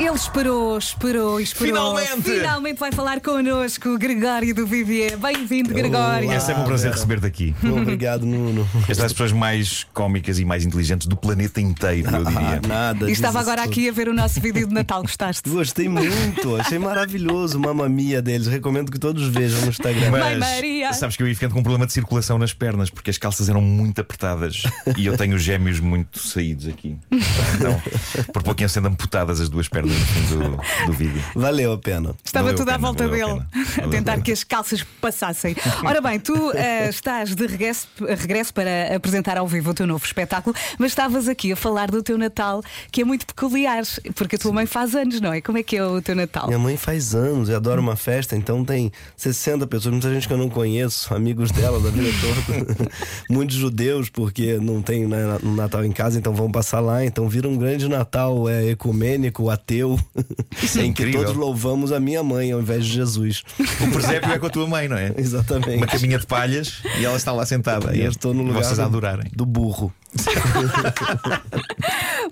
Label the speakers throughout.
Speaker 1: Ele esperou, esperou, esperou.
Speaker 2: Finalmente!
Speaker 1: Finalmente vai falar connosco, Gregório do Vivier. Bem-vindo, Gregório.
Speaker 3: Olá.
Speaker 2: É sempre um prazer
Speaker 3: Ah,
Speaker 2: receber-te aqui.
Speaker 3: Obrigado, Nuno.
Speaker 2: És das pessoas mais cómicas e mais inteligentes do planeta inteiro, eu diria.
Speaker 3: Nada.
Speaker 1: E
Speaker 3: disso
Speaker 1: estava agora
Speaker 3: tudo.
Speaker 1: aqui a ver o nosso vídeo de Natal, gostaste?
Speaker 3: Gostei muito, achei maravilhoso, mamamia deles. Recomendo que todos vejam no Instagram.
Speaker 1: Mãe Maria.
Speaker 2: sabes que eu ia ficando com um problema de circulação nas pernas porque as calças eram muito apertadas e eu tenho gêmeos muito saídos aqui. Então, por pouco iam sendo amputadas as duas pernas no fim do, do vídeo.
Speaker 3: Valeu a pena.
Speaker 1: Estava
Speaker 2: Valeu a
Speaker 1: tudo à
Speaker 2: pena,
Speaker 1: volta
Speaker 2: valeu a
Speaker 1: dele,
Speaker 2: pena,
Speaker 1: a
Speaker 2: valeu a
Speaker 1: tentar
Speaker 2: pena.
Speaker 1: que as calças passassem. Ora bem, tu eh, estás de regresso, regresso para apresentar ao vivo o teu novo espetáculo, mas estavas aqui a falar do teu Natal, que é muito peculiar, porque a tua mãe faz anos, não é? Como é que é o teu Natal?
Speaker 3: Minha mãe faz anos e adora uma festa, então tem 60 pessoas, muita gente que eu não conheço, amigos dela da vida toda. Muitos judeus, porque não tem né, na- um Natal em casa, então vão passar lá. Então vira um grande Natal é, ecumênico, ateu,
Speaker 2: Isso é
Speaker 3: em
Speaker 2: incrível.
Speaker 3: que todos louvamos a minha mãe ao invés de Jesus.
Speaker 2: O presépio é com a tua mãe, não é?
Speaker 3: Exatamente.
Speaker 2: Uma caminha de palhas e ela está lá sentada.
Speaker 3: E eu estou no lugar
Speaker 2: Vocês a
Speaker 3: do-
Speaker 2: adorarem.
Speaker 3: do burro.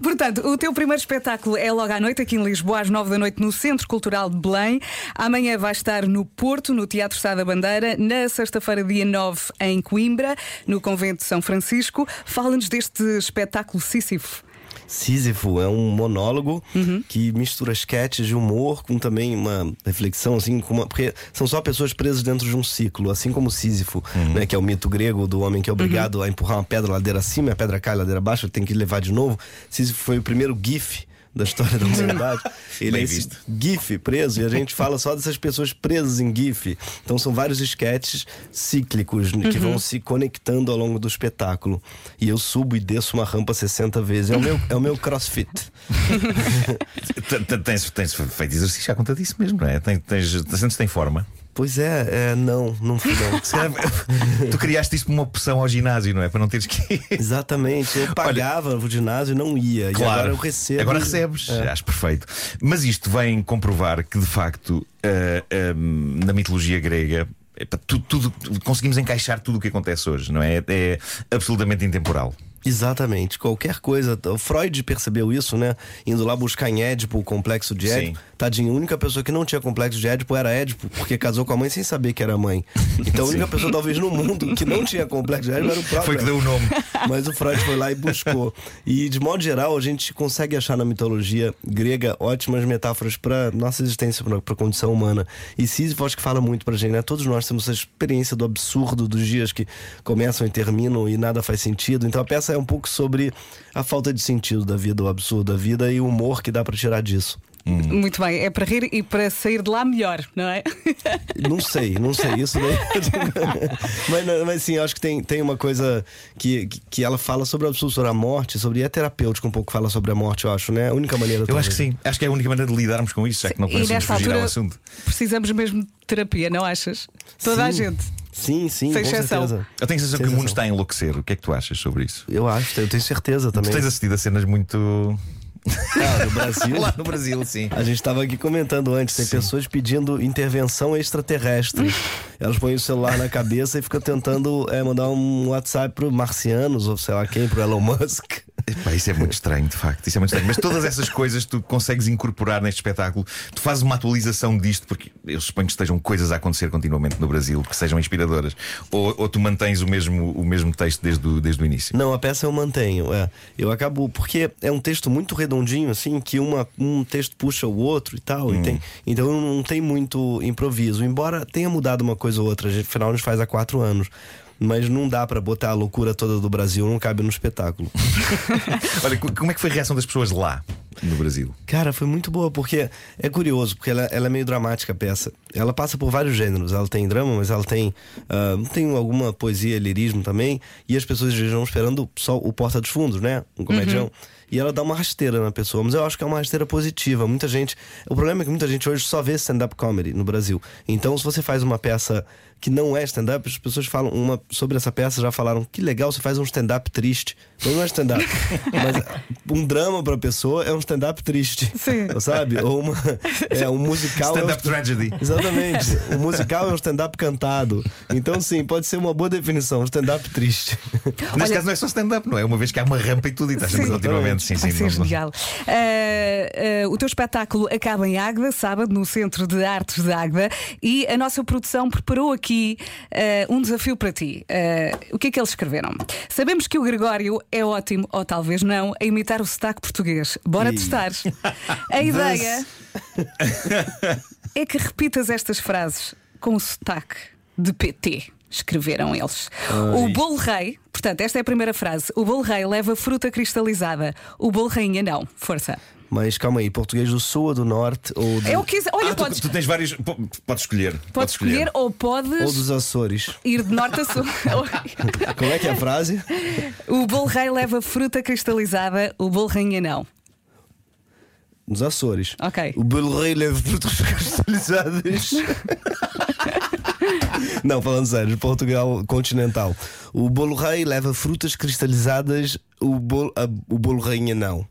Speaker 1: Portanto, o teu primeiro espetáculo é logo à noite aqui em Lisboa, às nove da noite, no Centro Cultural de Belém. Amanhã vai estar no Porto, no Teatro Sá da Bandeira. Na sexta-feira, dia 9, em Coimbra, no Convento de São Francisco. Fala-nos deste espetáculo Sísifo.
Speaker 3: Sísifo é um monólogo que mistura sketches de humor com também uma reflexão, assim, com uma- porque são só pessoas presas dentro de um ciclo, assim como Sísifo,
Speaker 2: Uhum.
Speaker 3: né, que é o mito grego do homem que é obrigado a empurrar uma pedra ladeira acima, e a pedra cai ladeira abaixo, ele tem que levar de novo. Sísifo foi o primeiro GIF da história da humanidade. Ele é
Speaker 2: Bem
Speaker 3: esse
Speaker 2: visto.
Speaker 3: GIF preso e a gente fala só dessas pessoas presas em GIF. Então são vários esquetes cíclicos né, que vão se conectando ao longo do espetáculo. E eu subo e desço uma rampa 60 vezes. É o meu, é o meu crossfit.
Speaker 2: T- t- Tens, tens feito exercício à conta disso mesmo, não é? Tens, tens, sentes-te em forma.
Speaker 3: Pois é, é, não, não fui não.
Speaker 2: Se calhar, tu criaste isto por uma opção ao ginásio, não é? Para não teres que ir.
Speaker 3: Exatamente. Eu pagava o ginásio e não ia. E agora eu recebo.
Speaker 2: Agora recebes. Acho perfeito. Mas isto vem comprovar que, de facto, ah, ahm, na mitologia grega. epá, tu- tudo, conseguimos encaixar tudo o que acontece hoje, não é? É absolutamente intemporal.
Speaker 3: Exatamente, qualquer coisa. O Freud percebeu isso, né? Indo lá buscar em Édipo o complexo de Édipo.
Speaker 2: Sim.
Speaker 3: Tadinho, a única pessoa que não tinha complexo de Édipo era Édipo, porque casou com a mãe sem saber que era mãe. Então a única pessoa, talvez, no mundo que não tinha complexo de Édipo era o próprio.
Speaker 2: Foi que deu o nome.
Speaker 3: Mas o Freud foi lá e buscou. E de modo geral, a gente consegue achar na mitologia grega ótimas metáforas para nossa existência, para a condição humana. E Sísifo acho que fala muito pra gente, né? Todos nós temos essa experiência do absurdo dos dias que começam e terminam e nada faz sentido. Então a peça é um pouco sobre a falta de sentido da vida, o absurdo da vida e o humor que dá pra tirar disso.
Speaker 2: Hum.
Speaker 1: Muito bem, é para rir e para sair de lá melhor, não é?
Speaker 3: Não sei, não sei isso, né? mas, não, mas sim, eu acho que tem, tem uma coisa que, que- que ela fala sobre o absurdo, sobre a morte, sobre. É terapêutico um pouco falar sobre a morte, eu acho, né? A única maneira
Speaker 2: Eu acho que
Speaker 3: talvez.
Speaker 2: sim. Acho que é a única maneira de lidarmos com isso, já que não
Speaker 1: e
Speaker 2: conseguimos
Speaker 1: nesta
Speaker 2: fugir
Speaker 1: altura
Speaker 2: ao assunto.
Speaker 1: precisamos mesmo de terapia, não achas? Toda a
Speaker 3: Sim.
Speaker 1: gente.
Speaker 3: Sim,
Speaker 1: Sem
Speaker 3: sim, com
Speaker 1: exceção.
Speaker 3: certeza.
Speaker 2: Eu tenho a sensação que o mundo
Speaker 3: Sensação.
Speaker 2: está a enlouquecer. O que é que tu achas sobre isso?
Speaker 3: Eu acho, eu tenho certeza
Speaker 2: Tu
Speaker 3: também.
Speaker 2: tens assistido a cenas muito.
Speaker 3: Ah, no Brasil.
Speaker 2: Lá no Brasil, sim.
Speaker 3: A gente estava aqui comentando antes, tem pessoas pedindo intervenção extraterrestre. Elas põem o celular na cabeça e ficam tentando eh, mandar um WhatsApp pro marcianos ou sei lá quem, pro Elon Musk.
Speaker 2: Epá, isso é muito estranho, de facto. Isso é muito estranho. Mas todas essas coisas tu consegues incorporar neste espetáculo. Tu fazes uma atualização disto, porque eu suponho que estejam coisas a acontecer continuamente no Brasil que sejam inspiradoras. Ou, ou tu mantens o mesmo, o mesmo texto desde o, desde o início.
Speaker 3: Não, a peça eu mantenho. É. Eu acabo, porque é um texto muito redondinho, assim, que uma, um texto puxa o outro e tal. E tem, então não tem muito improviso. Embora tenha mudado uma coisa ou outra, a gente, afinal a gente faz há quatro anos. Mas não dá pra botar a loucura toda do Brasil, não cabe no espetáculo.
Speaker 2: Olha, co- como é que foi a reação das pessoas lá no Brasil?
Speaker 3: Cara, foi muito boa, porque é curioso, porque ela, ela é meio dramática a peça. Ela passa por vários gêneros. Ela tem drama, mas ela tem, ah, tem alguma poesia, lirismo também. E as pessoas estão esperando só o Porta dos Fundos, né? Um comedião. E ela dá uma rasteira na pessoa, mas eu acho que é uma rasteira positiva. Muita gente. O problema é que muita gente hoje só vê stand-up comedy no Brasil. Então, se você faz uma peça que não é stand-up, as pessoas falam uma sobre essa peça já falaram que legal, você faz um stand-up triste. Mas não é stand-up. mas ah, um eh, drama pra pessoa é um stand-up triste.
Speaker 1: Sim.
Speaker 3: Sabe? Ou uma, é, um musical. é um
Speaker 2: Stand-up tragedy.
Speaker 3: Exatamente. O musical é um stand-up cantado. Então, sim, pode ser uma boa definição, um stand-up triste.
Speaker 2: Neste
Speaker 1: Olha-
Speaker 2: caso não é só stand-up, não é? Uma vez que há uma rampa e tudo e estás
Speaker 1: Sim.
Speaker 2: sempre continuamente. Sim, sim,
Speaker 1: Vai ser
Speaker 2: não- não-
Speaker 1: genial. Ah, ah, o teu espetáculo acaba em Águeda, sábado, no Centro de Artes de Águeda, e a nossa produção preparou aqui ah, um desafio para ti. Ah, o que é que eles escreveram? Sabemos que o Gregório é ótimo, ou talvez não, a imitar o sotaque português. Bora
Speaker 3: Ih.
Speaker 1: testar. A ideia é que repitas estas frases com o sotaque de PT. Escreveram eles. O bolo rei, portanto, esta é a primeira frase. O bolo rei leva fruta cristalizada. O bolo rainha não. Força.
Speaker 3: Mas calma aí, português do sul ou do norte ou, do-
Speaker 1: É o que. Olha,
Speaker 2: Ah, tu-
Speaker 1: podes,
Speaker 2: tu, tens vários. po- Podes escolher.
Speaker 1: podes escolher ou
Speaker 3: ou
Speaker 1: podes
Speaker 3: dos Açores?
Speaker 1: ir de norte a sul.
Speaker 3: Como é que é a frase?
Speaker 1: o bolo rei leva fruta cristalizada. O bolo rainha não.
Speaker 3: Dos Açores.
Speaker 1: Ok.
Speaker 3: O Belo Rei leva frutas cristalizadas. Não, falando sério, Portugal continental. O bolo rei leva frutas cristalizadas, o bolo, a- o bolo rainha não.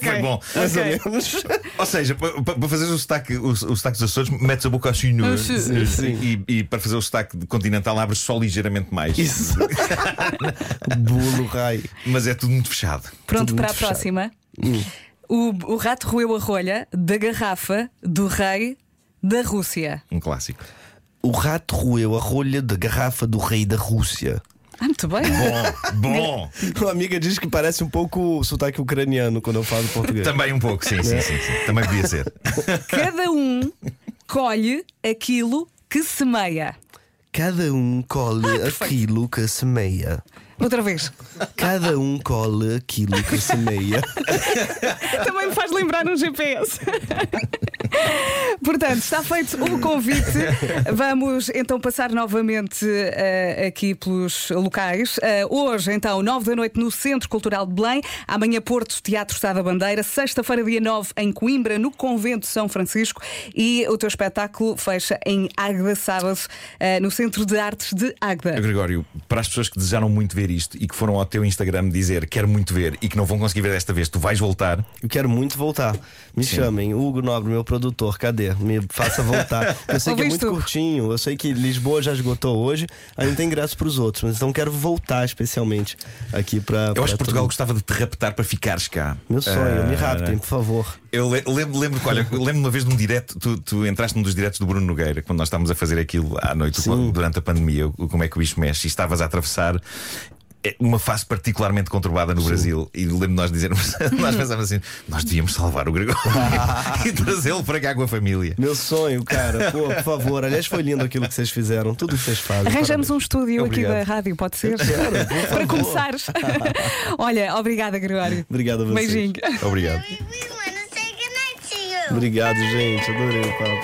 Speaker 2: Foi bom.
Speaker 3: Mais
Speaker 1: Ok.
Speaker 3: ou menos.
Speaker 2: Ou seja, pa- pa- para fazer o sotaque, o, o sotaque dos Açores, metes a boca assim no.
Speaker 1: Sim,
Speaker 2: E, e para fazer o sotaque de continental, abres só ligeiramente mais.
Speaker 3: Isso. bolo rei.
Speaker 2: Mas é tudo muito fechado.
Speaker 1: Pronto
Speaker 3: Tudo
Speaker 1: para a
Speaker 3: muito fechado. Hum.
Speaker 1: próxima. O, o rato roeu a rolha da garrafa do rei da Rússia.
Speaker 2: Um clássico.
Speaker 3: O rato roeu a rolha da garrafa do rei da Rússia.
Speaker 1: Ah, muito bem.
Speaker 2: Bom, bom.
Speaker 3: Uma amiga diz que parece um pouco o sotaque ucraniano quando eu falo português.
Speaker 2: Também um pouco, sim, sim, sim, sim. Também podia ser.
Speaker 1: Cada um colhe aquilo que semeia.
Speaker 3: Cada um
Speaker 1: Ah,
Speaker 3: colhe aquilo que semeia.
Speaker 1: Outra vez.
Speaker 3: Cada um colhe aquilo que semeia.
Speaker 1: Também me faz lembrar um GPS. Portanto, está feito o convite. Vamos então passar novamente eh, aqui pelos locais. Eh, hoje, então, 9 da noite no Centro Cultural de Belém. Amanhã, Porto, Teatro Sá da Bandeira. Sexta-feira, dia 9, em Coimbra, no Convento de São Francisco. E o teu espetáculo fecha em Águeda, sábado, eh, no Centro de Artes de Águeda.
Speaker 2: Gregório, para as pessoas que desejaram muito ver isto e que foram ao teu Instagram dizer quero muito ver e que não vão conseguir ver desta vez, tu vais voltar.
Speaker 3: Eu quero muito voltar. Me chamem, Hugo Nobre, meu produtor, cadê? Me faça voltar. Eu sei que é
Speaker 1: Ouviste,
Speaker 3: muito
Speaker 1: Hugo?
Speaker 3: curtinho, eu sei que Lisboa já esgotou hoje, ainda tem graça pros outros, mas então quero voltar especialmente aqui pra.
Speaker 2: Eu
Speaker 3: pra
Speaker 2: acho que
Speaker 3: todo
Speaker 2: Portugal
Speaker 3: mundo.
Speaker 2: gostava de te raptar para ficares cá.
Speaker 3: Meu sonho,
Speaker 2: Ah,
Speaker 3: me raptem, por favor.
Speaker 2: Eu le- lembro, lembro, que, olha, eu lembro uma vez de um direto, tu, tu entraste num dos diretos do Bruno Nogueira, quando nós estávamos a fazer aquilo à noite quando- durante a pandemia, o- como é que o bicho mexe, e estavas a atravessar. eh, Uma fase particularmente conturbada no Brasil, e lembro de nós dizermos, nós pensávamos assim: nós devíamos salvar o Gregório e trazê-lo para cá com a família.
Speaker 3: Meu sonho, cara, pô, por favor. Aliás, foi lindo aquilo que vocês fizeram, tudo que vocês fazem.
Speaker 1: Arranjamos um estúdio aqui da
Speaker 3: Obrigado.
Speaker 1: rádio, pode ser? Para começares. Olha, obrigada, Gregório.
Speaker 3: Obrigado a vocês.
Speaker 1: Beijinho.
Speaker 2: Obrigado.
Speaker 4: We want to say goodnight to you.
Speaker 3: Obrigado, gente. Adorei o papo.